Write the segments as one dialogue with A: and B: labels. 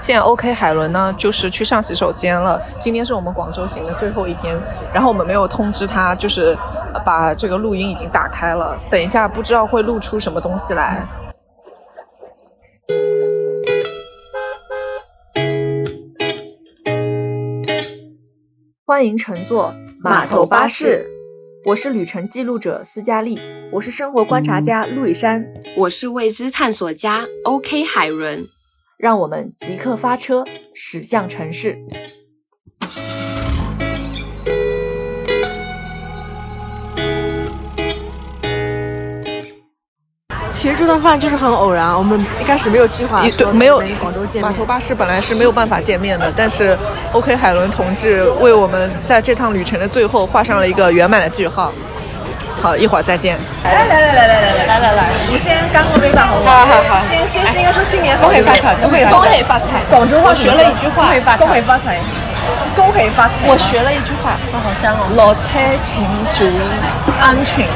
A: 现在 OK 海伦呢，就是去上洗手间了。今天是我们广州行的最后一天，然后我们没有通知他，就是呃把这个录音已经打开了，等一下不知道会录出什么东西来。欢迎乘坐
B: 码头巴士，
A: 我是旅程记录者斯嘉丽。
B: 我是生活观察家陆以山，
C: 我是未知探索家 OK 海伦。
A: 让我们即刻发车，驶向城市。
B: 其实这顿饭就是很偶然，我们一开始没有计划
A: 也
B: 说
A: 对，没有
B: 跟广州见
A: 码
B: 面，
A: 头巴士本来是没有办法见面的，但是 OK 海伦同志为我们在这趟旅程的最后画上了一个圆满的句号。好，一会儿再见。
D: 来来来来来来来来来来，我们先干个杯吧，好不好？好好好，先先是应该说新年好，恭喜发财，恭喜恭喜发财。广州话学了一句话，恭喜发财，恭喜发财，恭喜发财。我学了一句话，我好香哦。
A: 老车请注意安全。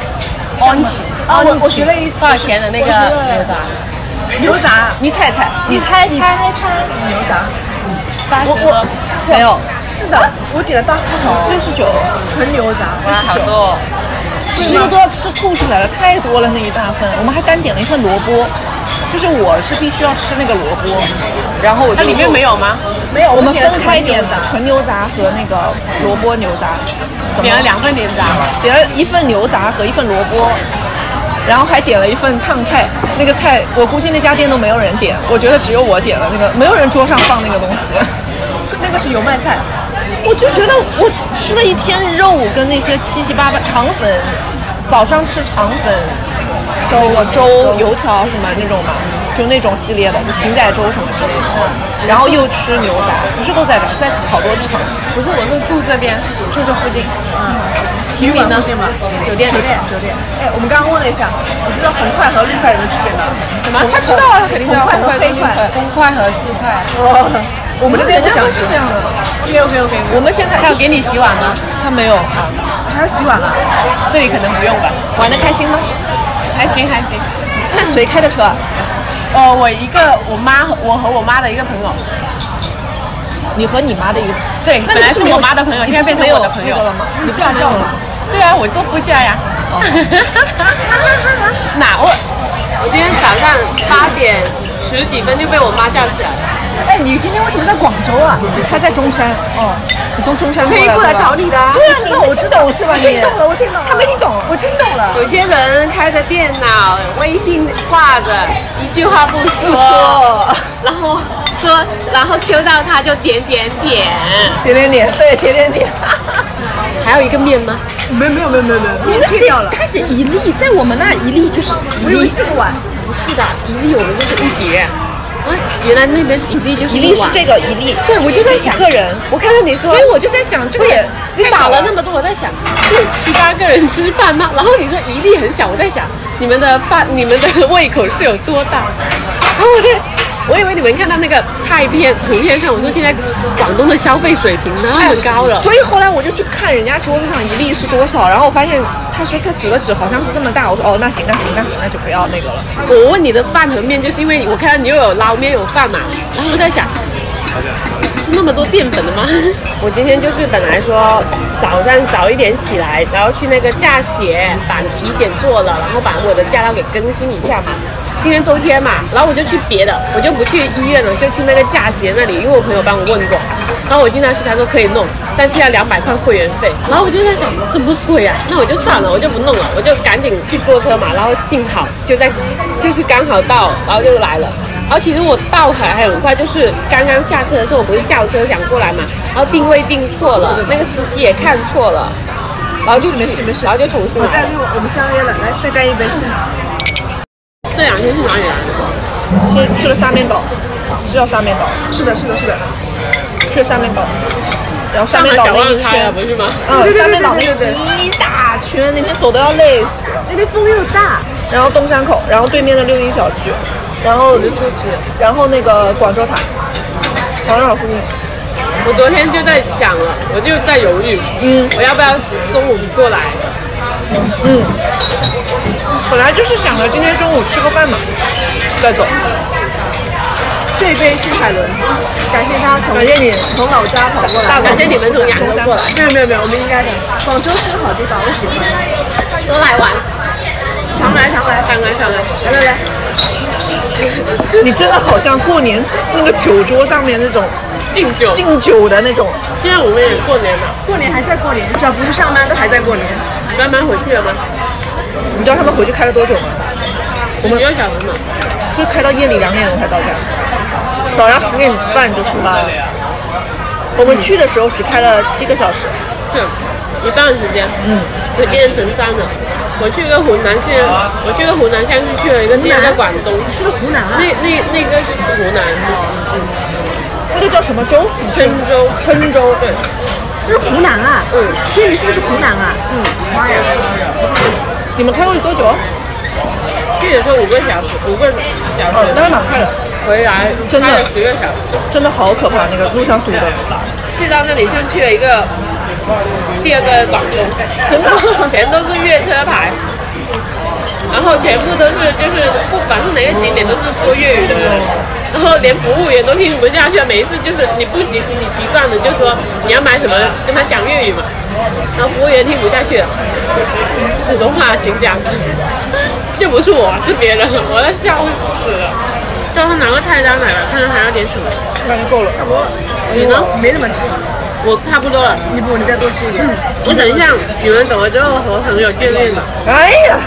E: 安琪，
D: 啊，
A: 哦
D: 我我学了一
E: 多少钱的那个
D: 我觉得
E: 牛杂？
D: 牛杂，
E: 你猜猜，
D: 你猜猜猜猜牛杂，
E: 八十
D: 我
E: 多
D: 我，
E: 没有，
D: 是的，我点了大富豪
A: 六十九，
D: 纯牛杂，
E: 哇，好多哦。
A: 十个多要吃吐出来了，太多了那一大份。我们还单点了一份萝卜，就是我是必须要吃那个萝卜，然后我就
E: 它里面没有吗？
D: 没有，
A: 我们
D: 点了
A: 分开
D: 纯牛
A: 点
D: 杂
A: 纯牛杂和那个萝卜牛杂，怎么
E: 点了两份牛杂，
A: 点了一份牛杂和一份萝卜，然后还点了一份烫菜。那个菜我估计那家店都没有人点，我觉得只有我点了那个，没有人桌上放那个东西。
D: 那个是油麦菜，
A: 我就觉得 我吃了一天肉跟那些七七八八肠粉，早上吃肠粉，粥个粥油条什么那种嘛，就那种系列的，就艇仔粥什么之类的，然后又吃牛杂，不是都在这儿，在好多地方，
E: 不是，我是住这边，
A: 就这附近。
E: 体育
D: 馆
E: 呢
D: 附近吗？
E: 酒店
D: 酒店酒店。哎，我们刚刚问了一下，你知道很快和绿快有什么区别吗？
E: 什么？
D: 他知道啊，他肯定知道
A: 很
D: 很
A: 快
D: 快和黑快。
E: 公筷和四块，
D: 哦我们这边不讲
A: 人家是
D: 究
A: 这样的，
D: OK OK OK，
A: 我们现在
E: 他有给你洗碗吗？
A: 他没有啊，
D: 还要洗碗了。
E: 这里可能不用吧。
A: 玩的开心吗？
E: 还行还行。
A: 那谁开的车啊？
E: 哦，我一个我妈和，我和我妈的一个朋友，
A: 你和你妈的一个，
E: 对，
A: 那
E: 本来
A: 你
E: 是
A: 没有
E: 我妈的朋友，
A: 你
E: 现在变
A: 不是
E: 成
A: 没有
E: 我的朋友
A: 那个了吗？哦
E: 你嫁掉了？对啊，我做副驾呀。 哪位？我今天早上八点十几分就被我妈叫起来了，
D: 哎，你今天为什么在广州啊？
A: 他在中山哦，你从中山
E: 特意过来
A: 对吧
E: 找你的啊。
D: 对啊，那我知道是吧？
A: 你
D: 听懂了，我听懂了。他没听懂，我听懂了。
E: 有些人开着电脑，微信挂着，一句话不说，然后说，然后 Q 到他就点点点。
A: 点点点，对，点点点。
E: 还有一个面吗？
D: 没有没有没有没有没有，
A: 你
D: 我
A: 的
D: 听
A: 写
D: 掉了。
A: 他写一粒，在我们那一粒就是
D: 我以为是个碗，
E: 不是的，一粒我们就是一碟。啊，原来那边是一粒就是
A: 一粒是
E: 碗
A: 这个一粒，
E: 对，我就在想
A: 一个人，
E: 我看到你说
A: 所以我就在想这个也
E: 你
A: 太
E: 打
A: 少
E: 了那么多，我在想是七八个人吃饭吗？然后你说一粒很小，我在想你们的饭、你们的胃口是有多大？然后我在。我以为你们看到那个菜片图片上，我说现在广东的消费水平那么高了，
A: 所以后来我就去看人家桌子上一粒是多少，然后我发现他说他指了指，好像是这么大。我说哦，那行那行那行，那就不要那个了。
E: 我问你的饭和面，就是因为我看到你又有捞面有饭嘛，然后我在想，是那么多淀粉的吗？我今天就是本来说早上早一点起来，然后去那个驾协把体检做了，然后把我的驾照给更新一下嘛。今天周天嘛，然后我就去别的，我就不去医院了，就去那个驾协那里，因为我朋友帮我问过，然后我经常去，他说可以弄，但是要两百块会员费，然后我就在想什么鬼啊？那我就算了，我就不弄了，我就赶紧去坐车嘛，然后幸好就在就是刚好到，然后就来了。然后其实我到海还很快，就是刚刚下车的时候，我不是叫车想过来嘛，然后定位定错了，那个司机也看错了，然后就没事没事，然后就重新
D: 我
E: 来
D: 在
E: 了。
D: 录，我们相约了，来再干一杯。
E: 这两天去哪里来
A: 是去了沙面岛，是叫沙面岛，
D: 是的，是的，是的。
A: 去了沙面岛，然后
E: 的？
A: 沙面岛
E: 小
A: 那
E: 浪
A: 一
E: 开了
A: 圈
E: 不，是吗？
A: 嗯，沙面岛那
D: 对对对对
A: 一大圈，那边走的要累死。
D: 那边风又大，
A: 然后东山口，然后对面的六一小区，然后
E: 我的住址。
A: 然后那个广州塔，广州塔附近。
E: 我昨天就在想了，我就在犹豫，
A: 嗯
E: 我要不要中午过来？
A: 嗯，本来就是想着今天中午吃个饭嘛，再走。就
D: 这杯新海伦，感谢他从
A: 感谢你
D: 从老家跑过来。
E: 感谢你们从扬州过来，
D: 没有没有没有，我们应该的。广州是个好地方，我喜欢。
E: 都来玩，
D: 常来常来，
E: 上来上来。
D: 来来来，
A: 你真的好像过年那个酒桌上面那种
E: 敬酒，
A: 敬酒的那种，
E: 现在我们也过年了，
D: 过年还在过年，嗯只要不是上班都还在过年。
E: 慢慢回去了吗？
A: 你知道他们回去开了多久吗？
E: 我们要小时嘛，
A: 就开到夜里两点钟才到家，早上十点半就出发了。我们去的时候只开了七个小时，
E: 是一半时间，
A: 嗯，
E: 就一人乘三了。我去个湖南去，我去个湖南像是去了一个店在广东，
D: 去了湖南啊
E: 那？那那个是湖南，
A: 哦
E: 嗯，
A: 那个叫什么州？你去
E: 郴州，
A: 郴州，
E: 对，
D: 这是湖南啊？
E: 嗯，
D: 所以你去的是湖南啊？嗯。妈呀！
A: 你们开过去多久？
E: 去的时候五个小时，五个小
A: 哦
E: 时，，
A: 那还蛮快的，
E: 回来
A: 真的
E: 开了十个小时。
A: 真的好可怕，那个路上堵的，
E: 去到那里像去了一个第二个广州，
A: 真的
E: 全都是粤车牌，然后全部都是就是不管是哪个景点都是说粤语的人，然后连服务员都听不下去了。每一次就是你不习你习惯了就说你要买什么跟他讲粤语嘛，然后服务员听不下去了，普通话请讲，又不是我是别人，我要笑死了。叫他拿个菜单来了，看看还要点什么。
A: 我感觉够了。
E: 你呢？
D: 没怎么吃，
E: 我差不多了。
D: 你不，你再多吃一点。
E: 我等一下，你们走了之后和朋友见面吧。
A: 哎呀，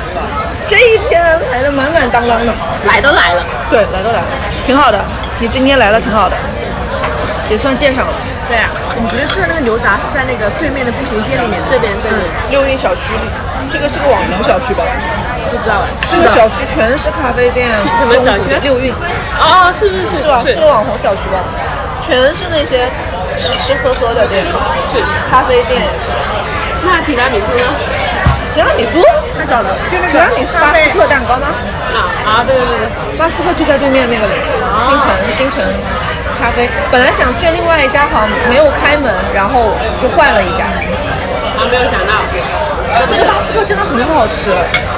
A: 这一天安排的满满当当的。
E: 来都来了，
A: 对，来都来了，挺好的。你今天来了挺好的，也算见上了。
E: 对啊，
D: 你觉得吃的那个牛杂是在那个对面的步行街里面
E: 这边对面嗯
A: 六运小区，这个是个网红小区吧？
E: 不知道哎。
A: 这个小区全是咖啡店。啊
E: 什么小区
A: 六运
E: 哦，是是是
A: 是吧？是个网红小区吧？全是那些吃吃喝喝的店，
E: 是。
A: 咖啡店也是。
E: 那提拉米苏呢？
A: 提拉米苏？
D: 那找的，就那
A: 提拉米苏巴斯
D: 啡。
A: 克蛋糕吗？
E: 啊啊，对对对，
A: 巴斯克就在对面那个里，新城新城咖啡。本来想去另外一家，好像没有开门，然后就换了一家。
E: 啊没有想到，
D: 那个巴斯克真的很好吃，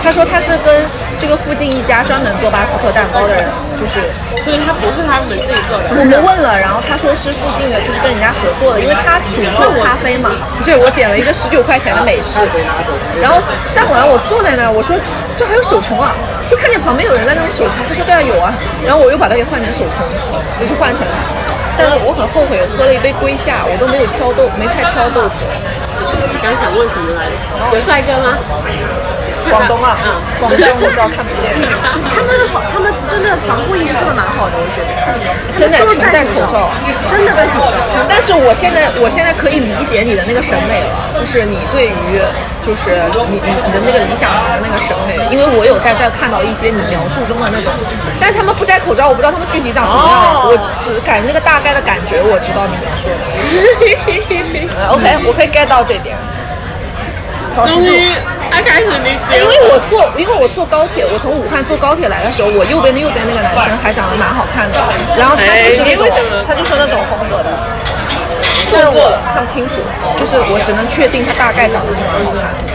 A: 他说他是跟这个附近一家专门做巴斯克蛋糕的人，就是
E: 所以它不是他们自己做的。
A: 我们问了，然后他说是附近的，就是跟人家合作的，因为他主做咖啡嘛。不是，我点了一个十九块钱的美式，然后上完我坐在那儿，我说这还有手冲啊，就看见旁边有人在那种手冲，他说对啊有啊，然后我又把它给换成手冲，我就换成了。但是我很后悔，喝了一杯龟夏，我都没有挑豆，没太挑豆子。
E: 刚想问什么来着？有帅哥吗？
A: 广东啊
E: 嗯，
A: 广东我知道看不见，
D: 他们好，他们真的防护意识做的蛮好的，我觉得。
A: 真的
D: 都是
A: 全戴口罩。，啊
D: 真的戴口罩。
A: 但是我现在，我现在可以理解你的那个审美了，就是你对于，就是你你你的那个理想型的那个审美，因为我有在这儿看到一些你描述中的那种，但是他们不摘口罩，我不知道他们具体长什么
E: 哦
A: 样，我只只感那个大概的感觉，我知道你描述的。呃 OK，我可以 get 到这点。
E: 终于，他开始理解
A: 因为我坐，因为我坐高铁，我从武汉坐高铁来的时候，我右边的右边那个男生还长得蛮好看的，然后他就是那种
E: 哎为什么，
A: 他就是那种风格的，但是我看不清楚，就是我只能确定他大概长得是蛮好看的。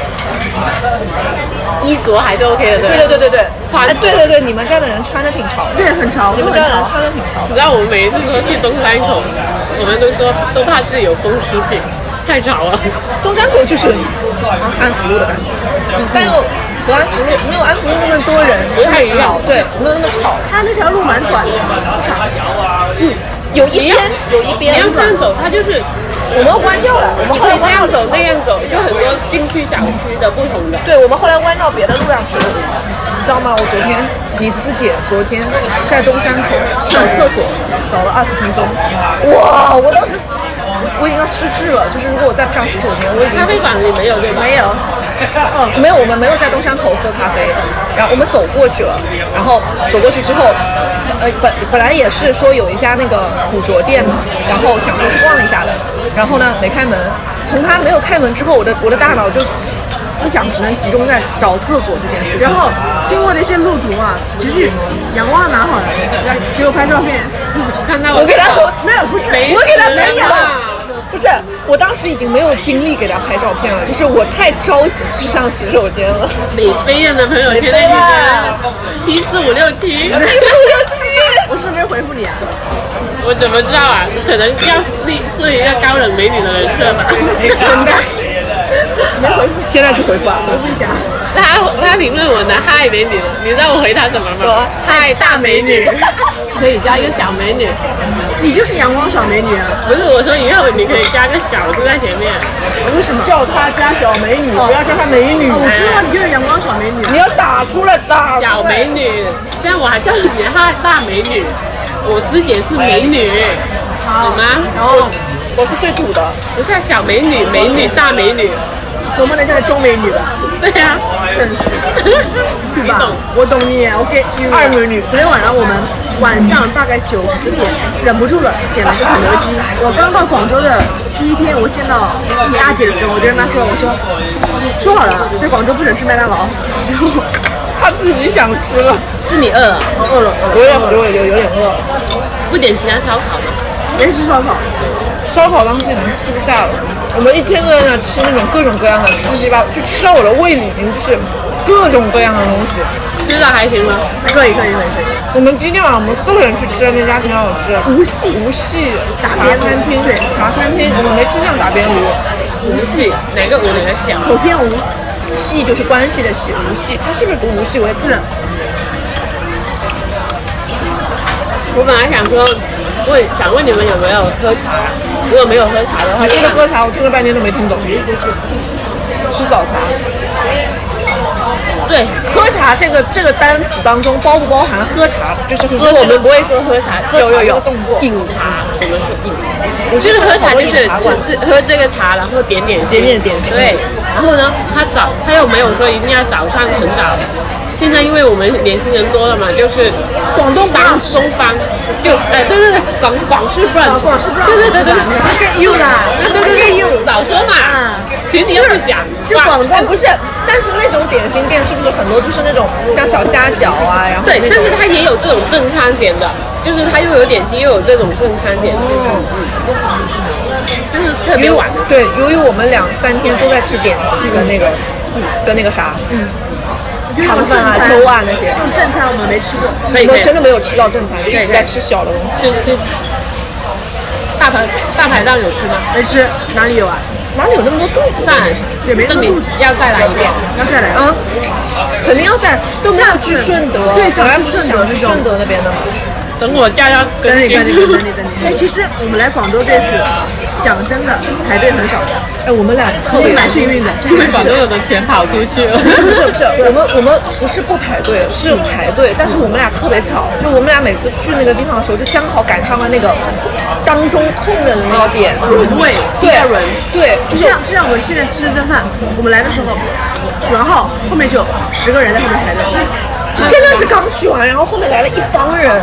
E: 衣着还是 OK 的，对
A: 对对对对对，
E: 穿
A: 哎对对对，你们家的人穿的挺潮的，
D: 对，很潮，
A: 你们
D: 很
A: 家的人
D: 潮。
A: 穿的挺潮的。
E: 你知道我们每一次说去东山口，我们都说都怕自己有风湿病，太吵了。
A: 东山口就是安福路的感觉，嗯但又和安福路没有安福路那么多人，
E: 不太一样
A: 吵对，没有那么吵。
D: 它那条路蛮短的，
E: 嗯，
A: 有一
E: 你
A: 边
E: 要
A: 有一边
E: 你要这样走，它就是
A: 我们弯掉了，我们
E: 你
A: 后
E: 可
A: 来
E: 以这
A: 弯
E: 样
A: 到
E: 走那样走，就很多进去小区的不同的。
A: 对，我们后来弯到别的路上去了，你知道吗？我昨天，你师姐昨天在东山口找厕所，找了二十分钟，哇！我当时我我已经要失智了，就是如果我再不上洗手间，我已经
E: 咖啡馆里没有对吧？
A: 没有，嗯，没有，我们没有在东山口喝咖啡，然后我们走过去了，然后走过去之后，呃，本本来也是说有一家那个古着店嘛，然后想说去逛一下的，然后呢没开门，从他没有开门之后，我的我的大脑就思想只能集中在找厕所这件事情上，
D: 然后经过那些路途啊，其实阳光蛮好的，来给我拍照片。
E: 看到
A: 我给他
D: 没有，不是，
A: 我给他没有
E: 啊，
A: 不是，我当时已经没有精力给他拍照片了，就是我太着急去上洗手间了。
E: 李飞燕的朋友圈在你的 P 四五六七，
A: 我就急
D: 我是没回复你啊。
E: 我怎么知道啊？可能要立树立一个高冷美女的人设 吧。
A: 现在去回复啊。
E: 那他他评论我呢，嗨美女，你知道我回他什么吗？说嗨大美女，可以加一个小美女。
D: 你就是阳光小美女啊！
E: 不是我说以后你可以加个小字在前面。
D: 为什么？哦
A: 叫她加小美女，不要叫她美女。
D: 我知道你就是阳光小美女。啊
A: 你要打出来，打出来
E: 小美女，这样我还叫你哈大美女，我师姐是美女，好吗？
D: 然后
A: 我是最土的，
E: 我叫小美女、美女、大美女，
D: 总不能叫你中美女吧？
E: 对呀、
D: 真是，
E: 你懂。
D: 我懂你，我给
A: 二美女
D: 昨天晚上我们晚上大概九十点，忍不住了，点了个肯德基。我刚到广州的第一天，我见到大姐的时候，我就跟她说：“我说说好了，在广州不准吃麦当劳。”然后
A: 她自己想吃了。
E: 是你饿啊了，
D: 饿了，饿了
A: 我也我也有有点饿，
E: 不点其他烧烤吗？
D: 没吃烧烤，
A: 烧烤当时已经吃不下了。我们一天都在那吃那种各种各样的七七八，就吃到我的胃里已经是各种各样的东西。
E: 吃的还行吗？
D: 可以可以可以
A: 我
D: 可
A: 们第一天晚上我们四个人去吃的那家挺好吃，
D: 以，无戏
A: 无锡
D: 打
A: 茶
D: 边炉
A: 餐厅，茶餐厅我们没吃上打边炉，
E: 无系，哪个无哪个小？
D: 口天无，
A: 系就是关系的系，无锡，它是不是读无锡为字？
E: 我本来想说问，想问你们有没有喝茶？如果没有喝茶的话，
A: 我
E: 就
A: 这
E: 是
A: 个喝茶我听了半天都没听懂，吃早茶。
E: 对，
A: 喝茶这个这个单词当中包不包含喝茶？就是喝
E: 喝我
A: 这个
E: 们不会说喝茶，喝茶
A: 有有
E: 这
A: 有
E: 个动作饮茶，我们说饮
A: 我
E: 就是喝茶就是
A: 茶
E: 只
A: 馆
E: 只喝这个茶，然后点点心
A: 点点点心
E: 对，然后呢，他早他又没有说一定要早上很早。现在因为我们年轻人多了嘛，就是广东帮中方，就哎对对对，广广式 brunch，
D: 广式 brunch
E: 对对对对
D: ，get you 啦
E: 对对对对
D: ，get you
E: 早说嘛，群体又不讲，
D: 就广
A: 哎，不是，但是那种点心店是不是很多就是那种像小虾饺啊，然后
E: 对，
A: 那
E: 但
A: 种
E: 是它也有这种正餐点的，就是它又有点心，又有这种正餐点的，
D: 哦
E: 嗯，就是特别
A: 由
E: 晚的。
A: 对，由于我们两三天都在吃点心跟那个跟那个啥，嗯，肠粉啊、粥啊那些，
D: 正餐我们没吃过，
E: 可以
A: 我
E: 可以，
A: 真的没有吃到正餐，就
E: 对
A: 一直
E: 对
A: 在吃小的东西。
E: 就就大排大排档有吃吗？
D: 没吃，哪里有啊？
A: 哪里有那么多粽子？
E: 算了，
D: 也没
E: 证明要再来一遍。
D: 要再来啊！
A: 啊，肯定要在都没有去顺德，
D: 对
A: 本来不是想去
D: 顺
A: 顺
D: 德
A: 德那边的吗？
E: 等我叫叫
D: 等
E: 跟
D: 你
E: 进
D: 等你等你等你。哎，其实我们来广州这次，讲真的，排队很少的，
A: 哎，我们俩特
D: 也
A: 别
D: 蛮幸运的。
E: 因为 广州有的钱跑出去了。
A: 不是不是，我们我们不是不排队，是排队，但是我们俩特别巧，就我们俩每次去那个地方的时候，就刚好赶上了那个当中空人的那个点，
E: 轮位
A: 对
E: 第二轮
A: 对，就
D: 就是像就像我们现在吃的正饭，我们来的时候，取完号后面就有十个人在后面排队，
A: 就真的是刚取完，然后后面来了一帮人。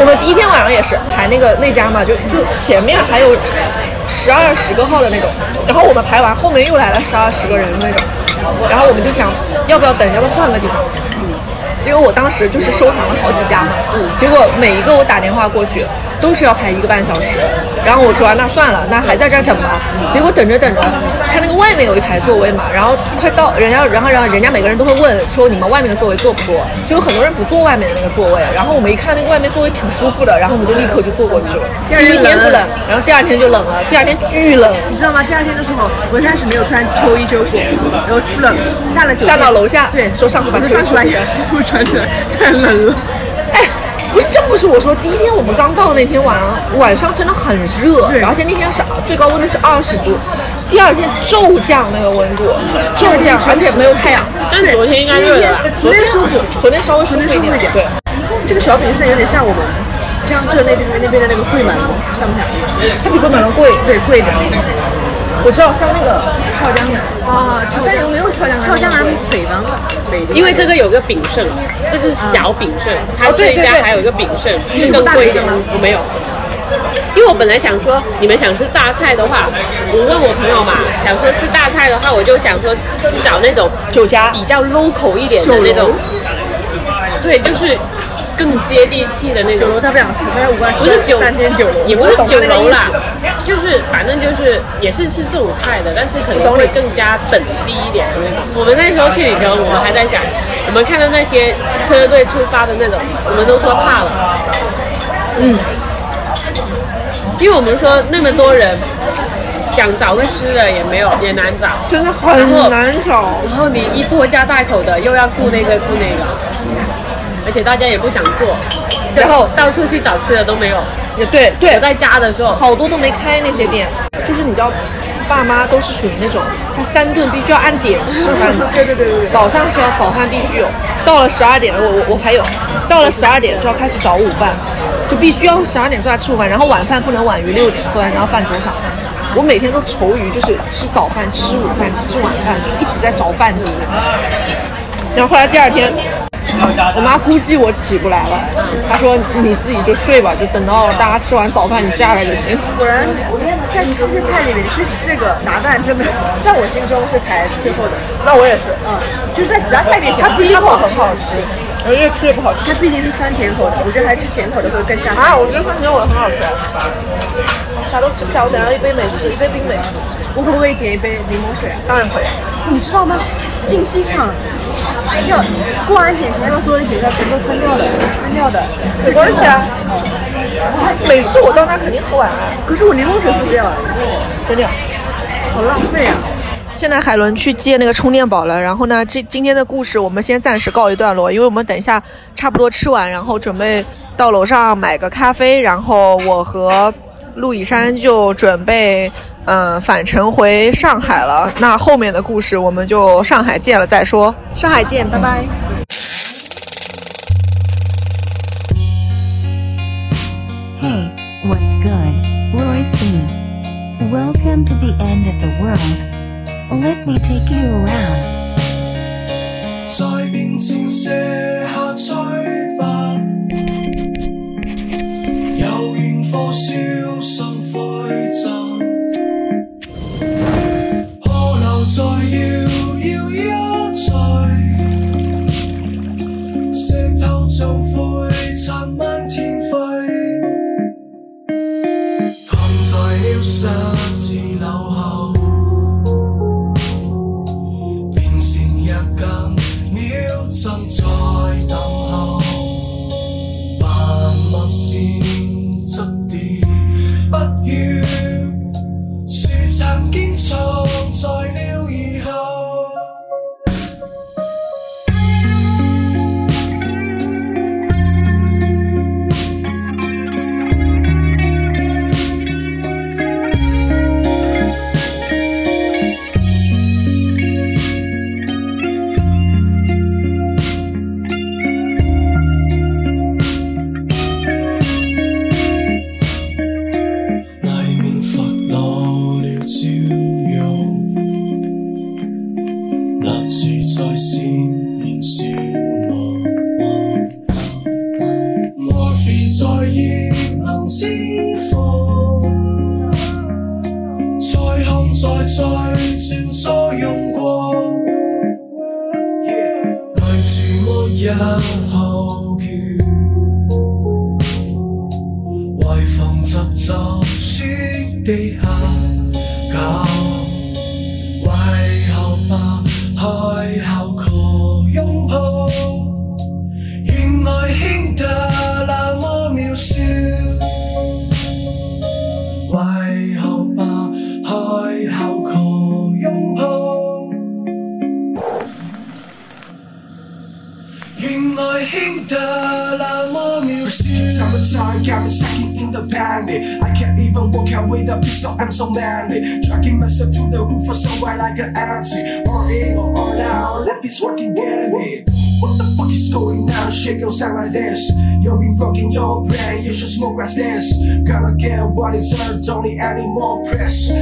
A: 我们第一天晚上也是排那个那家嘛，就就前面还有十二十个号的那种，然后我们排完后面又来了十二十个人的那种，然后我们就想要不要等，要不要换个地方？因为我当时就是收藏了好几家嘛，嗯，结果每一个我打电话过去都是要排一个半小时，然后我说、啊那算了，那还在这儿等吧。结果等着等着，他那个外面有一排座位嘛，然后快到人家，然后然后人家每个人都会问说你们外面的座位坐不坐？就有很多人不坐外面的那个座位，然后我们一看那个外面座位挺舒服的，然后我们就立刻就坐过去了。
D: 第二天
A: 第一天
D: 冷
A: 不冷，然后第二天就冷了，第二天巨冷，
D: 你知道吗？第二天的时候，我一开始没有穿秋衣秋裤，然后去了下了酒店，
A: 站到楼下
D: 对，
A: 说上去把
D: 我
A: 秋
D: 就
A: 衣
D: 上去把
A: 秋裤
D: 秋裤 穿起来，太冷了。
A: 哎，不是，真不是我说，第一天我们刚到那天晚上，晚上真的很热，
D: 对
A: 而且那天是啊最高温度是二十度，第二天骤降那个温度，骤 降，而且没有太阳。
E: 但昨天应该热了吧？
D: 昨天舒服，
A: 昨天稍微舒服一
D: 昨天舒
A: 点，
D: 服一点
A: 对，
D: 这个小饼是有点像我们江浙那边那边的那个烩馒头，像不像？
A: 它比桂本龙贵。
D: 对，贵一点。
A: 我知道，像那个
D: 跳江南啊，但是没有跳江南，跳江南北方的北的
E: 因为这个有个炳胜，这个是小炳胜，它
A: 哦对
E: 这一家
A: 对对
E: 还有一个炳胜，
D: 有
E: 是更
D: 大
E: 贵一
D: 炳
E: 点
D: 胜吗。
E: 我没有，因为我本来想说你们想吃大菜的话，我问我朋友嘛，想说吃大菜的话，我就想说去找那种
A: 酒家，
E: 比较 local 一点的那种，对，就是更接地气的那
D: 酒
E: 种
D: 楼，，他不想吃，他要五块
E: 不是
D: 吃
E: 酒
D: 三天酒楼。
E: 也不是酒楼啦，就是反正就是也是吃这种菜的，但是可能会更加本地一点的那种。我们那时候去旅游，我们还在想，我们看到那些车队出发的那种，我们都说怕了。嗯，因为我们说那么多人，想找个吃的也没有，也难找，
A: 真的很难找。
E: 然后你一拖家带口的，又要顾那个顾那个，而且大家也不想做，然后到处去找吃的都没有。
A: 也对对
E: 我，在家的时候，
A: 好多都没开那些店，就是你知道，爸妈都是属于那种，他三顿必须要按点吃饭的。对对对对。早上是要早饭必须有，到了十二点，我我我还有，到了十二点就要开始找午饭，就必须要十二点坐下吃午饭，然后晚饭不能晚于六点坐在那张饭桌上。我每天都愁于就是吃早饭、吃午饭、吃晚饭，就是一直在找饭吃。然后后来第二天，我妈估计我起不来了，她说你自己就睡吧，就等到大家吃完早饭你下来就行。
D: 果然，在这些菜里面，确实这个炸弹真的在我心中是排最后的。那我也是，嗯，就是在其他菜面前，它
A: 第一口
D: 很好吃，
A: 而且吃也不好吃
D: 它毕竟是酸甜口的，我觉得还是吃咸口的会更下饭。
A: 啊！我觉得番茄我很好吃，啥都吃不下，我等下一杯美式，一杯冰美式，
D: 我可不可以点一杯柠檬水啊？
A: 当然可以。
D: 你知道吗？进机场要过安检前要把所有的饮料全部分掉的，分掉的。
A: 没关系啊，美式我到那肯定喝完了，
D: 可是我柠檬水喝不掉啊，
A: 真的。
D: 好浪费啊！
A: 现在海伦去借那个充电宝了，然后呢，这今天的故事我们先暂时告一段落，因为我们等一下差不多吃完，然后准备到楼上买个咖啡，然后我和陆以山就准备嗯、呃返程回上海了。那后面的故事我们就上海见了再说。
D: 上海见，拜拜。
F: Hey, what's good, Royce E? Welcome to the end of the world. Let me take you around.
G: 在面前卸下吹发，悠然火烧心灰烬，河流在摇摇一载，石头像灰燦漫天辉，躺在了十字路口。便是一更秒針在等候，扮默善執點，不要樹殘堅藏在了以後。黎明佛落了照容，立住在線燃燒夢。摩飛在夜暗之縫，再看再再照作用光，對住末日後權。為防執就輸地下搞，為後吧開口求擁抱，原來輕得那麼渺小，為後吧開口求擁抱，原來輕得那麼渺小。
H: time and time got me sucking in the panic. I can't even walk out with a pistol, I'm so manly. Tracking myself to the roof for somewhere like an auntie. All in or all out, left is working at me. What the fuck is going on? Shit goes down like this. You've been broken your brain, you should smoke as this. Gotta get what is hurt, don't need uh. any more press.